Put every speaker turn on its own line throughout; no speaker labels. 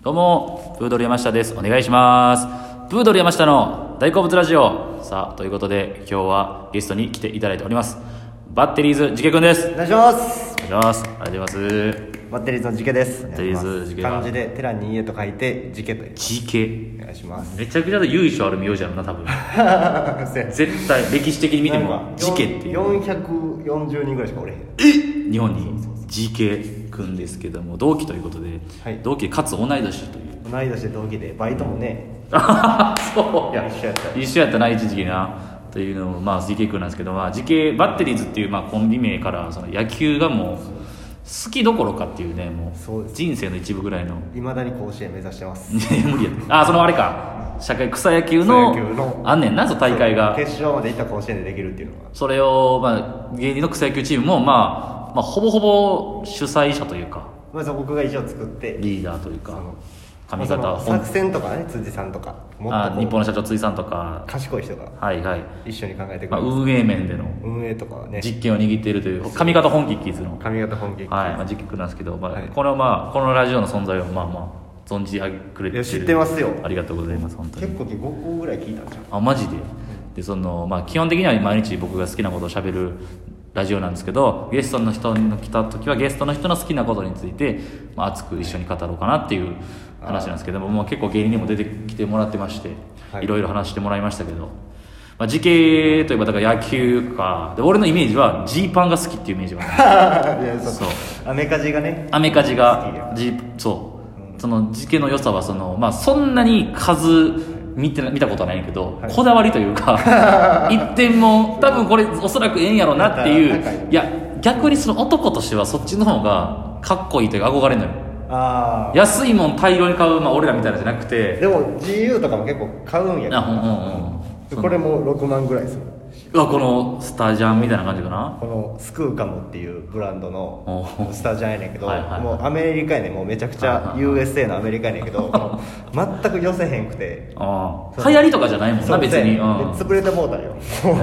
どうも、プードル山下です。お願いします。プードル山下の大好物ラジオ。さあ、ということで、今日はゲストに来ていただいております。バッテリーズ、じけくんです。
お願いします
お願いします。ありがとうございま
バッテリーズのジケですバ
ッテリーズジケは
漢字で寺に家と書いてジケという
す。じけ。
お願いします
めちゃくちゃ由緒ある名字やろな、多分。
見
絶対、 歴史的に見ても、じけっていう。
440人ぐらいしかおれへん
日本に、じけくんですけども、同期ということで、
はい
同期かつ同い年という。
同い年で同期でバイトもね
あはは そうや
一緒やった
一緒やったな一時期なというのもまあ GK 君なんですけど、まあ、GK バッテリーズっていうまあコンビ名からその野球がもう好きどころかっていうねも
そうで
う
す
人生の一部ぐらいの
いまだに甲子園目指してます
いや無理やったあそのあれか社会草野球の
草野球の
あんねんなその大会が
そう決勝まで行った甲子園でできるっていうのは
それを、まあ、芸人の草野球チームも、まあ、まあほぼほぼ主催者というか
まず僕が一応作って
リーダーというか
そ
髪
の
型
その
本
作戦とかね辻さんとかもっ
あ
とこう
日本の社長辻さんとか
賢い人が
はいはい、
一緒に考えてく
まあ、
れる
運営面での
運営とかはね
実験を握っているという髪型本気キッズの、はい
髪型本気
まあ、実験なんですけど、まあ
はい
このまあこのラジオの存在をまあまあ存じ上げてくれて
いや
る
知ってますよ
ありがとうございます本当
結
に
構5個ぐらい聞いたんじゃん
あマジででその、まあ、基本的には毎日僕が好きなことをしゃべるラジオなんですけどゲストの人の来た時はゲストの人の好きなことについて、まあ、熱く一緒に語ろうかなっていう話なんですけども、まあ、結構芸人にも出てきてもらってまして、
はい
いろいろ話してもらいましたけど、まあ、時系といえばだから野球かで俺のイメージはジーパンが好きっていうイメージがある
いやそうアメカジがね
アメカジ
好き
が
や
ジープそうその時系の良さはそのまあそんなに数見てな見たことはないけど、
はい
こだわりという か一点も多分これおそらくええんやろなってい
なんか
ういや逆にその男としてはそっちの方がかっこいいというか憧れるのよ
あ
安いもん大量に買う、まあ、俺らみたいなのじゃなく
あ
て
でも GU とかも結構買うんやけ
あ
ど
ほんほんほん
これも6万ぐらいする
うわこのスタジャンみたいな感じかな
このスクーカムっていうブランドの
おう
スタジャンやねんけど
はいはい
もうアメリカやねんもうめちゃくち
はい
ゃ
はい
USA のアメリカやねんけ どもう全く寄せへんくて
あ
そ
あ
う
流行りとかじゃないもん
そ
な
う
別に、
で
うん、
潰れてもうた んよ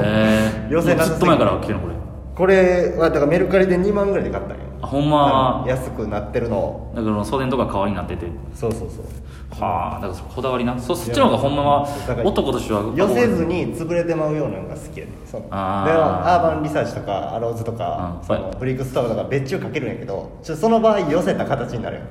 ええ
寄せな
ず
さ
っ
す
と
ぎて
前から来てるのこれ
これはだからメルカリで2万ぐらいで買ったんよ
あほんま
だから安くなってるのを
だから袖のとか革になってて
そうそうそう
はあだからそれこだわりなそそっちの方がほんまは
だから
男としては
寄せずに潰れてまうようなのが好きやねんそうで
あー
アーバンリサーチとかアローズとか
うん
そのブリックストアとか別注かけるんやけどちょその場合寄せた形になるよ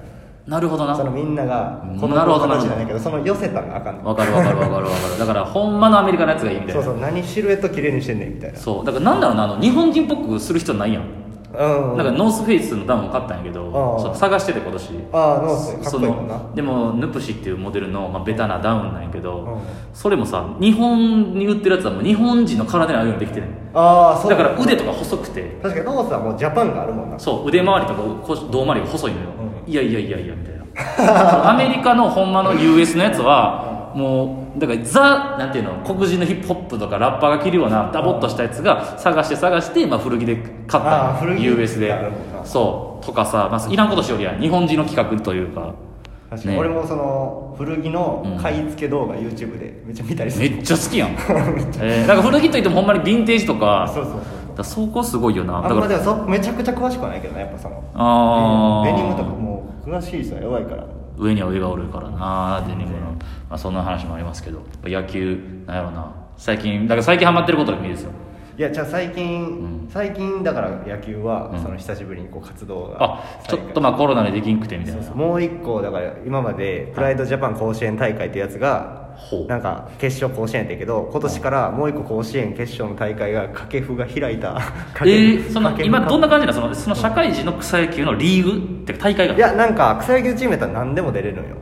なるほどな
そのみんなが
うん
この
なるほどなる
形
ほど
なんやけどその寄せたのがあかんねん
わかるわかるわかるわかるだからほんまのアメリカのやつがいいみたい
そ
な
うそう何シルエット綺麗にしてんねんみたいな
そうだからなんだろうなあの日本人っぽくする人ないやん
うん
だからノースフェイスのダウンを買ったんやけど
あー
そう探してて今年
ああノースかっこいいもん
そ
な
のでもヌプシっていうモデルの、まあ、ベタなダウンなんやけど、
うん
それもさ日本に売ってるやつはもう日本人の体に合うようにできてる
ああそう
だから腕とか細くて
確かにノースはもうジャパンがあるもんな
そう腕周りとか腰胴回りが細いのよ、
う
いやいやいやいやみたいな そうアメリカのほんまの US のやつはもうだからザなんていうの黒人のヒップホップとかラッパーが着るようなダボっとしたやつが探して探して、まあ、古着で買っ
あー
たの
古着
US で
なるほど
そうとかさ、まあ、いらんことしよりやん日本人の企画というか
確かに
ね
俺もその古着の買い付け動画 YouTube でめっちゃ見たりす
め
る
っちゃ好きやん、えー、なんか古着といってもほんまにヴィンテージとか
そうそうそ
だ
う
からそこすごいよな
あ
だか
んま
ら
でもそめちゃくちゃ詳しくはないけどねやっぱその
あー
デニムとかもう詳しい人は弱いから
上には上がおるからなデニムの、まあ、そんな話もありますけど野球なんやろな最近だから最近ハマってることでもいいですよ
いやじゃあ最近、
うん
最近だから野球は、
うん
その久しぶりにこう活動が
あちょっとまあコロナでできんくてみたいな
そうもう一個だから今までプライドジャパン甲子園大会ってやつが
ほう
なんか決勝甲子園やったけど今年からもう一個甲子園決勝の大会が掛布が開いた掛
え
布
ー、その
掛布
今どんな感じなのそのその社会人の草野球のリーグってか大会が
いやなんか草野球チームやったら何でも出れるのよ、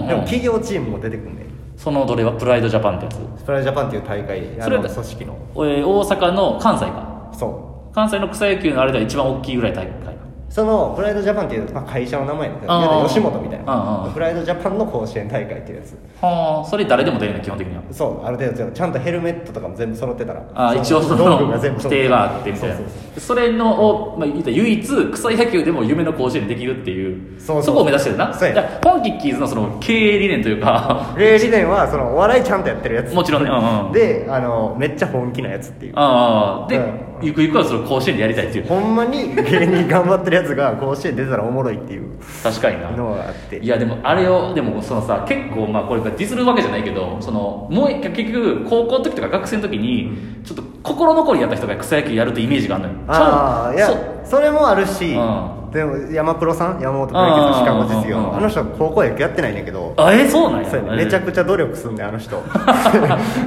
うん
でも
うん、
企業チームも出てくんね
そのどれはプライドジャパンってやつ
プライドジャパンっていう大会あ
それ
の
は
組織の
えー大阪の関西か
そう
関西の草野球のあれでは一番大きいぐらい大会
そのプライドジャパンっていう、まあ、会社の名前なんですよ
あー
いわゆる吉本みたい
あーあ
な
ー
プライドジャパンの甲子園大会っていうやつ
はあそれ誰でも出るね基本的には
そうある程度ちゃんとヘルメットとかも全部揃ってたら
あ一応そ
道具
の
が全
規
部揃って
定
た
があってみたいな
そう
そ
そう
れのを、まあ、言ったら唯一草野球でも夢の甲子園できるっていう
そうそう
こを目指してるな
そうや
だから本キッキーズのその経営理念というか
そう例理念はそのお笑いちゃんとやってるやつ
もちろんねうんうん
であのめっちゃ本気なやつっていう
ああで、
うん
ゆくゆくはそれ甲子園でやりたいっていう
ほんまに芸人頑張ってるやつが甲子園出たらおもろいっていう
確かにな
のがあって
いやでもあれをでもそのさ結構まあこれディスるわけじゃないけどそのもう一回結局高校の時とか学生の時にちょっと心残りやった人が草野球やるってイメージがあるのよ
ああいや
そ
それもあるし
うん
でも山プロさん山本プロ野球しかもです
うんうんうんう
よ
ん
あの人高校野球やってないねんけど
あえそうなんや
そうやねめちゃくちゃ努力すんねんあの人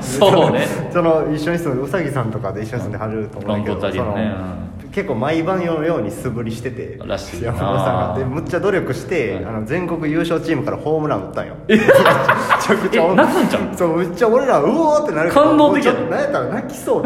そうね
その一緒に住むうさぎさんとかで一緒に住んではると思うんだけ
ロンポタ
どそ
リア
の
ね
結構毎晩のように素振りしてて
らしいな
山本さんがでむっちゃ努力して、
はい
あの全国優勝チームからホームラン打ったんよめちゃくちゃ
え泣くんちゃう
そうめっちゃ俺らうおーってなるけど
感動的やね
もうちょっとなんやったら泣きそう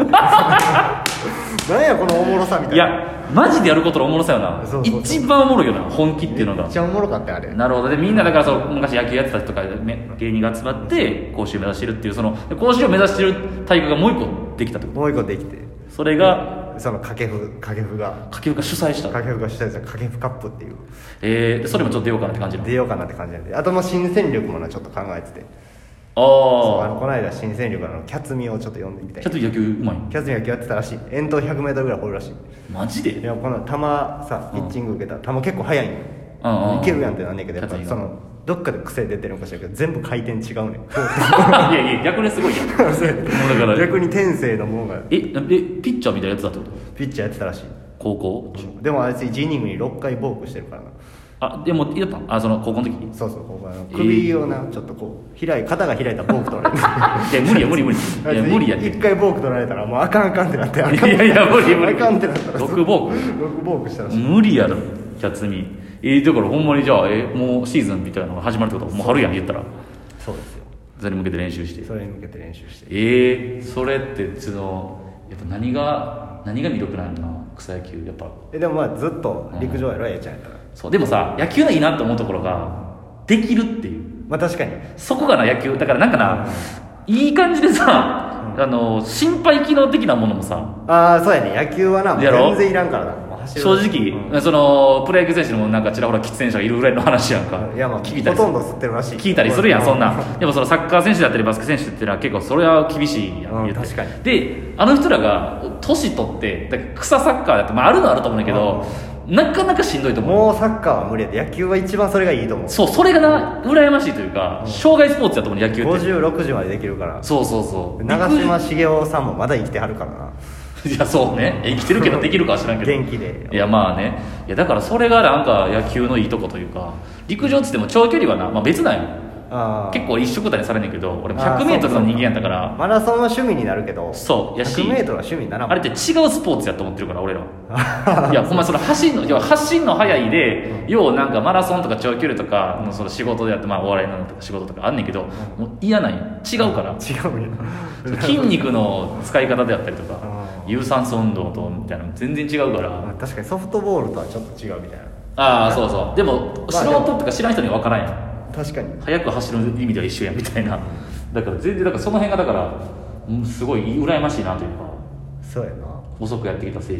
なんやこのおもろさみた
い
いな
やマジでやることのおもろさよな
そうそうそう
一番おもろいよな本気っていうの
め
が
っちゃおもろかったよあれ
なるほどでみんなだからその昔野球やってた人とかめ芸人が集まって甲子園目指してるっていうその甲子園を目指してる大会がもう一個できたってこ
もう一個できて
とそれが
その掛布掛布が
掛布が主催した
掛布が主催した掛布カップっていう
えーでそれもちょっと出ようかなって感じなの
出ようかなって感じなんであともう新戦力もなちょっと考えててそうあ
あ
のこの間新戦力のあのキャツミをちょっと読んでみた
あ
い
ちょ
な
っ
キ
と野球うまい
ャツミが今日やってたらしい遠投 100m ぐらい掘るらし
マジ
いい
で
やこの球さ
う
ピ
ん
ッチング受けたら球結構速いんよ
うんうん
いけるやんってなんねんけどやっぱ
キャツミ
そ
が
のどっかで癖出てるのかしらんけど全部回転違うねん
いやいや逆にすごいやんもうだから
逆に天性のものが
ええピッチャーみたいなやつだってこと
ピッチャーやってたらしい
高校
でもあいつ1イニングに6回ボークしてるからな
あでもやったあその高校の時い
そうそうここあの首をなちょっとこう開い肩が開いたらボーク取られる
や無理や無理無理 いや無理やって
一回ボーク取られたらもうあかんあかんってなってあかんって
いやいや無理無理
あかんってなったら
六ボー
ク6ボークしたらしい
無理やろキャツミえーだからほんまにじゃあ、えもうシーズンみたいなのが始まるってこともう春やん言ったら
そうですよ
それに向けて練習して
それに向けて練習して
えー、それってそのやっぱ何が何が魅力なんだな草野球やっぱ
えでもまあずっと陸上やろええちゃんやったら
そうでもさ野球のいいなと思うところができるっていう
まあ確かに
そこがな野球だからなんかな、いい感じでさ、あの心肺機能的なものもさ
ああそうやね野球はなもう
やろ
全然いらんからなもう走る
正直、そのプロ野球選手のもなんかちらほら喫煙者がいるぐらいの話やんか
いやまあ
聞いたりする
ほとんど吸ってるらしい
聞いたりするやんそんな
うん
でもそのサッカー選手だったりバスケ選手ってのは結構それは厳しいやん、
うん
言って
確かに
であの人らが年取ってだから草サッカーだって、まあ、あるのはあると思うんだけど、なかなかしんどいと思う
もうサッカーは無理やで野球は一番それがいいと思う
そうそれがな羨ましいというか、障害スポーツだと思う野球って
5060までできるから
そうそうそう
長嶋茂雄さんもまだ生きてはるからない
やそうね生きてる けどできるかは知らんけど
元気で
いやまあねいやだからそれがなんか野球のいいとこというか陸上っつっても長距離はな、まあ、別なんよ
あー
結構一緒くたにされんねんけど俺も
あー
100m の人間やったから
マラソンは趣味になるけど
そうやし
100m は趣味にならん
あれって違うスポーツやと思ってるから俺らはいやほんまその走んの要は走んの速いで要はなんかマラソンとか長距離とかのその仕事でやってまあお笑いのとか仕事とかあんねんけどもう嫌ない違うから
違う よ
筋肉の使い方であったりとか
あ
有酸素運動とみたいなの全然違うから
まあ確かにソフトボールとはちょっと違うみたいな
ああそうそうでも
ま
素
あ
人とか知らん人には分からんやん
確かに
速く走る意味では一緒やんみたいなだから全然だからその辺がだからうんすごい羨ましいなというか
そうやな、
遅くやってきた青春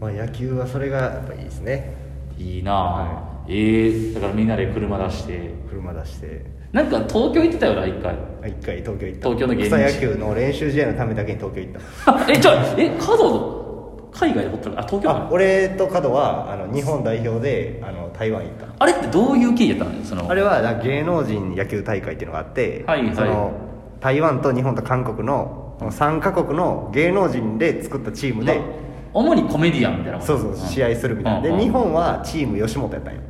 まあ、野球はそれがやっぱいいですね
いいなあ、
は
ええだからみんなで車出して
車出して
なんか東京行ってたよな一回
あ一回東京行った
東京の芸人
草野球の練習試合のためだけに東京行っ
えちょえ角の海外でほったのあ東京
た
か
あ
な
俺と角はあの日本代表であの台湾行った
あれってどういう経緯やったのその
あれはだ芸能人野球大会っていうのがあって、
はいはい
その台湾と日本と韓国の3カ国の芸能人で作ったチームで、
まあ主にコメディアンみたいなこと
そうそう試合するみたいな、
うんうん
で日本はチーム吉本やったんよ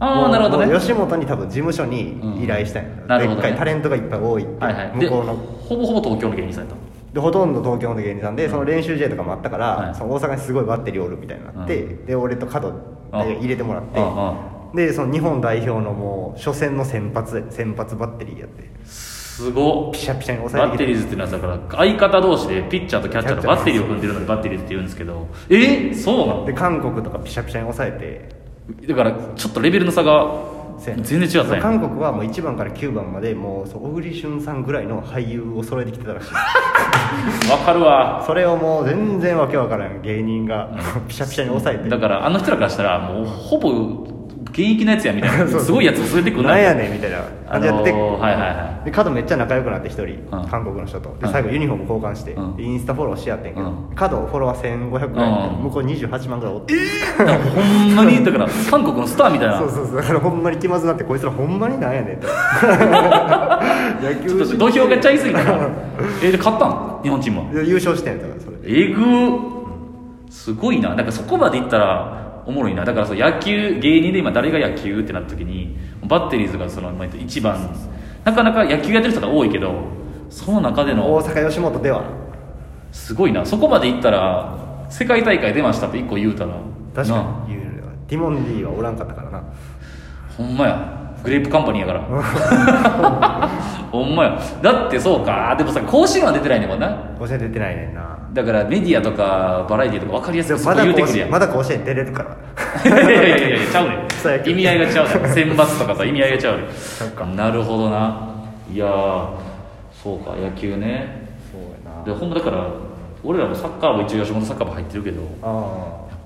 あ
も
あ
う
なるほど
もう
ね
吉本に多分事務所に依頼したんよ、
うんなるほどね
でっかいタレントがいっぱい多いって、
はいはいで
向こう
ほ
の
ぼほぼ東京の芸人さんやっ
でほとんど東京の芸人さんで、その練習試合とかもあったから、
はい
その大阪にすごいバッテリーおるみたいになって、で俺と角だけ入れてもらって、
うんうん
でその日本代表のもう初戦の先発先発バッテリーやって
たすごっ
ピシャピシャに抑え
バ
て
ッ
きて
テリーズっていうのはだから相方同士でピッチャーとキャッチャーのバッテリーを組んでるのでバッテリーズって言うんですけどえーそうなの
で韓国とかピシャピシャに抑えて
だからちょっとレベルの差が
せや
全
な
然違ったんや
韓国はもう1番から9番までもうそう小栗旬さんぐらいの俳優を揃えてきて たらしい
わかるわ
それをもう全 然わけわからん芸人がピシャピシャに抑えて
だからあの人らからしたらもうほぼ現役のやつやみたい
そ
な
う
すごいやつ連れてくる
なんやねんみたいな感じでやって、
あのーはいはいは
で角めっちゃ仲良くなって一人、
うん
韓国の人と
う
で
ん
最後ユニフォーム交換して、
うん
インスタフォローし合ってんけど、
うん
角フォロワー1500ぐらいで、
うん
向こう28万ぐらいおって、
だからほんまにだから韓国のスターみたいな
そうそうそうだからほんまに気まずなってこいつらほんまになんやねんと
ちょ
野球
っと
し
土俵がちゃいすぎたなえで勝ったん日本チームはい
や優勝してんやからそれで
えぐすごいなだからそこまでいったらおもろいなだからそう野球芸人で今誰が野球ってなった時にバッテリーズがそのまあ一番なかなか野球やってる人が多いけどその中で
大
の
阪吉本では
すごいなそこまでいったら世界大会出ましたって一個言うたら
確か
な
に言うのはティモンディはおらんかったからな
ほんまやグレープカンパニーやから ほんまやだってそうかでもさ甲子園は出てないねんもんな
甲子園出てないねんな
だからメディアとかバラエティとか分かりやす
で
く
も
そこ
まだ
言うて
甲
く
子
るや
園
ん
まだ甲子園出れるから
いや いやいやいやちゃうね
草野
ん
球
意味合いがちゃうねん選抜とかさ意味合いがちゃうね
そっか
んなるほどないやーそうか野球ね
そうやな
でほんまだから俺らもサッカー部一応吉本サッカー部入ってるけどや
あ
っ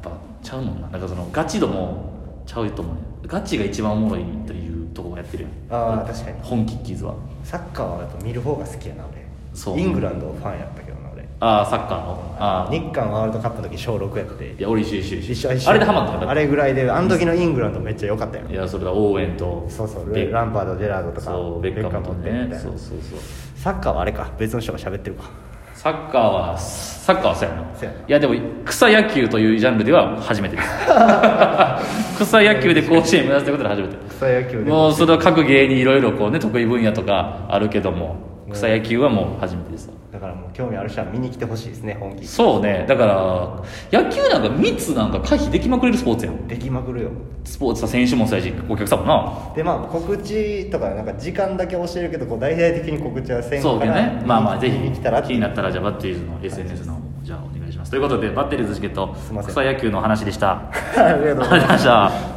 ぱちゃうもんななんかそのガチ度もちゃうと思うねんガチが一番おもろいというところやってる
あ
やん
ああ確かに
本キッキーズは
サッカーはやっぱ見る方が好きやな俺
そう
イングランドファンやったけどな俺
ああサッカーのああ
日韓ワールドカップの時小6やって
いや俺一緒一緒一緒
一緒一緒
あれでハマったから
あれぐらいであの時のイングランドめっちゃ良かったよ
いやそれだ応援と
そうそう
ベ
レランパードジェラードとか
そうベッカムと
ベッカムと
ね
ね
そうそうそう
サッカーはあれか別の人が喋ってるか
サッカーはサッカーはそうやな
そうやない
やでも草野球というジャンルでは初めてです 草野球で甲子園目指すということで初めて
草野球で
もうそれは各芸にいろいろこうね得意分野とかあるけども草野球はもう初めてです
だからもう興味ある人は見に来てほしいですね本気
そうねだから野球なんか密なんか回避できまくれるスポーツやん
できまくるよ
スポーツさ選手もそうやしお客さんもな
でまあ告知とかなんか時間だけ教えるけどこう大々的に告知はせんか
そうで
ら
ねまあまあぜひ
見に来たらって
気になったらじゃあバッテリーズの SNS の方もじゃあお願いしますということでバッテリーズチケット
すいません
草野球の話でした
ありがとうございます
ありがとうございました